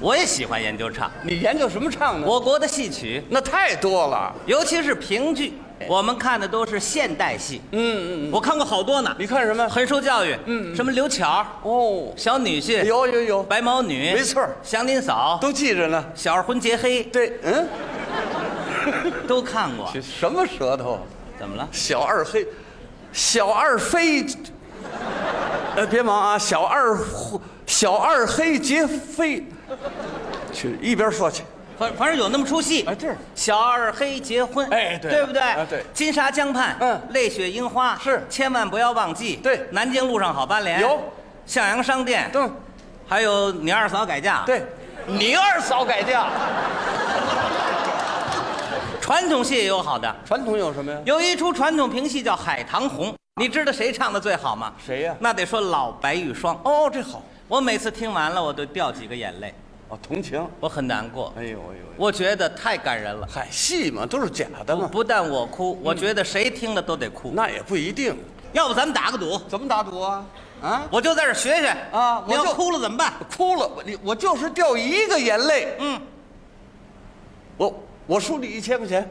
我也喜欢研究唱，你研究什么唱呢？我国的戏曲，那太多了。尤其是评剧，我们看的都是现代戏。哎嗯嗯，我看过好多呢，你看什么？很受教育。嗯，什么刘巧、哦，小女婿、有有有，白毛女，没错儿祥林嫂、都记着呢。小二婚结黑对，嗯，都看过。什么舌头？怎么了？小二黑，小二飞，呃，别忙啊，小二呼小二黑劫飞，去一边说去。反反正有那么出戏。哎对小二黑结婚，哎对对不对？哎对金沙江畔，嗯泪雪樱花是千万不要忘记。对南京路上好班联有，向阳商店，对，还有你二嫂改嫁，，对，你二嫂改嫁，传统戏也有好的，传统有什么呀？有一出传统评戏叫《海棠红》，你知道谁唱的最好吗？谁呀那得说老白玉霜。哦，这好，我每次听完了，我都掉几个眼泪，哦，同情。我很难过，哎呦哎呦，哦我觉得太感人了。嗨，戏嘛都是假的嘛，不但我哭，嗯我觉得谁听了都得哭。那也不一定。要不咱们打个赌，怎么打赌啊？啊，我就在这儿学学啊我你要就哭了怎么办？哭了，我你我就是掉一个眼泪，嗯，我我输你一千块钱，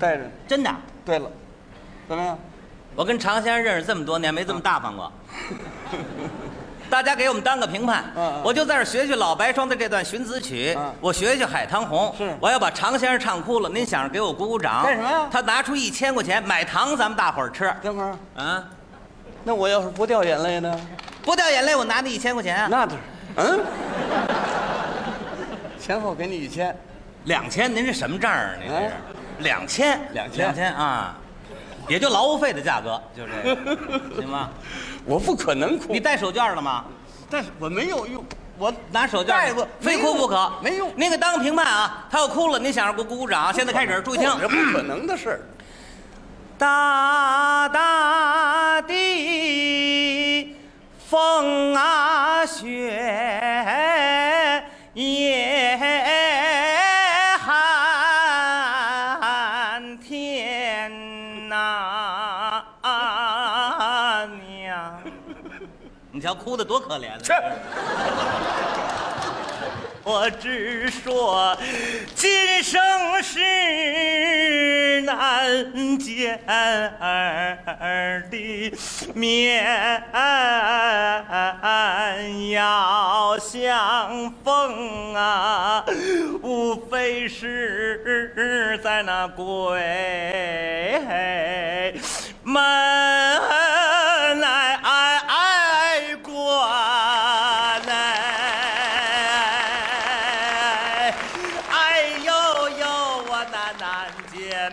带着。真的，啊对了，怎么样？我跟常先生认识这么多年，没这么大方 过。大家给我们当个评判，嗯嗯我就在这儿学学老白霜的这段寻子曲，嗯我学学《海棠红》，是我要把常先生唱哭了，您想着给我鼓鼓掌？干什么呀他拿出一千块钱买糖，咱们大伙儿吃。等会儿，啊，那我要是不掉眼泪呢？不掉眼泪，我拿你一千块钱啊，那当然，嗯，前后给你一千，两千，您这什么账啊？您这是哎两千，两千两千啊，也就劳务费的价格，就这个， 行吗？我不可能哭你，带手绢了吗？但是我没有用，我拿手绢呢带过非没哭不用可，没用那个当个评判啊，他要哭了，您想让给我鼓鼓掌。啊现在开始，注意听。这不可能的事儿。大大的风啊，雪也寒天呐、娘， 你瞧哭的多可怜呢、去，我只说今生是难见的面，要相逢啊，无非是在那鬼门来挨关来，哎呦呦，我那难见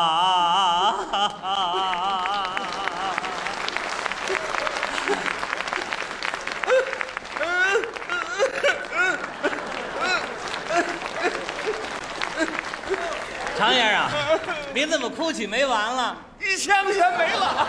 常先生，您怎么哭起没完了？一千块钱没了，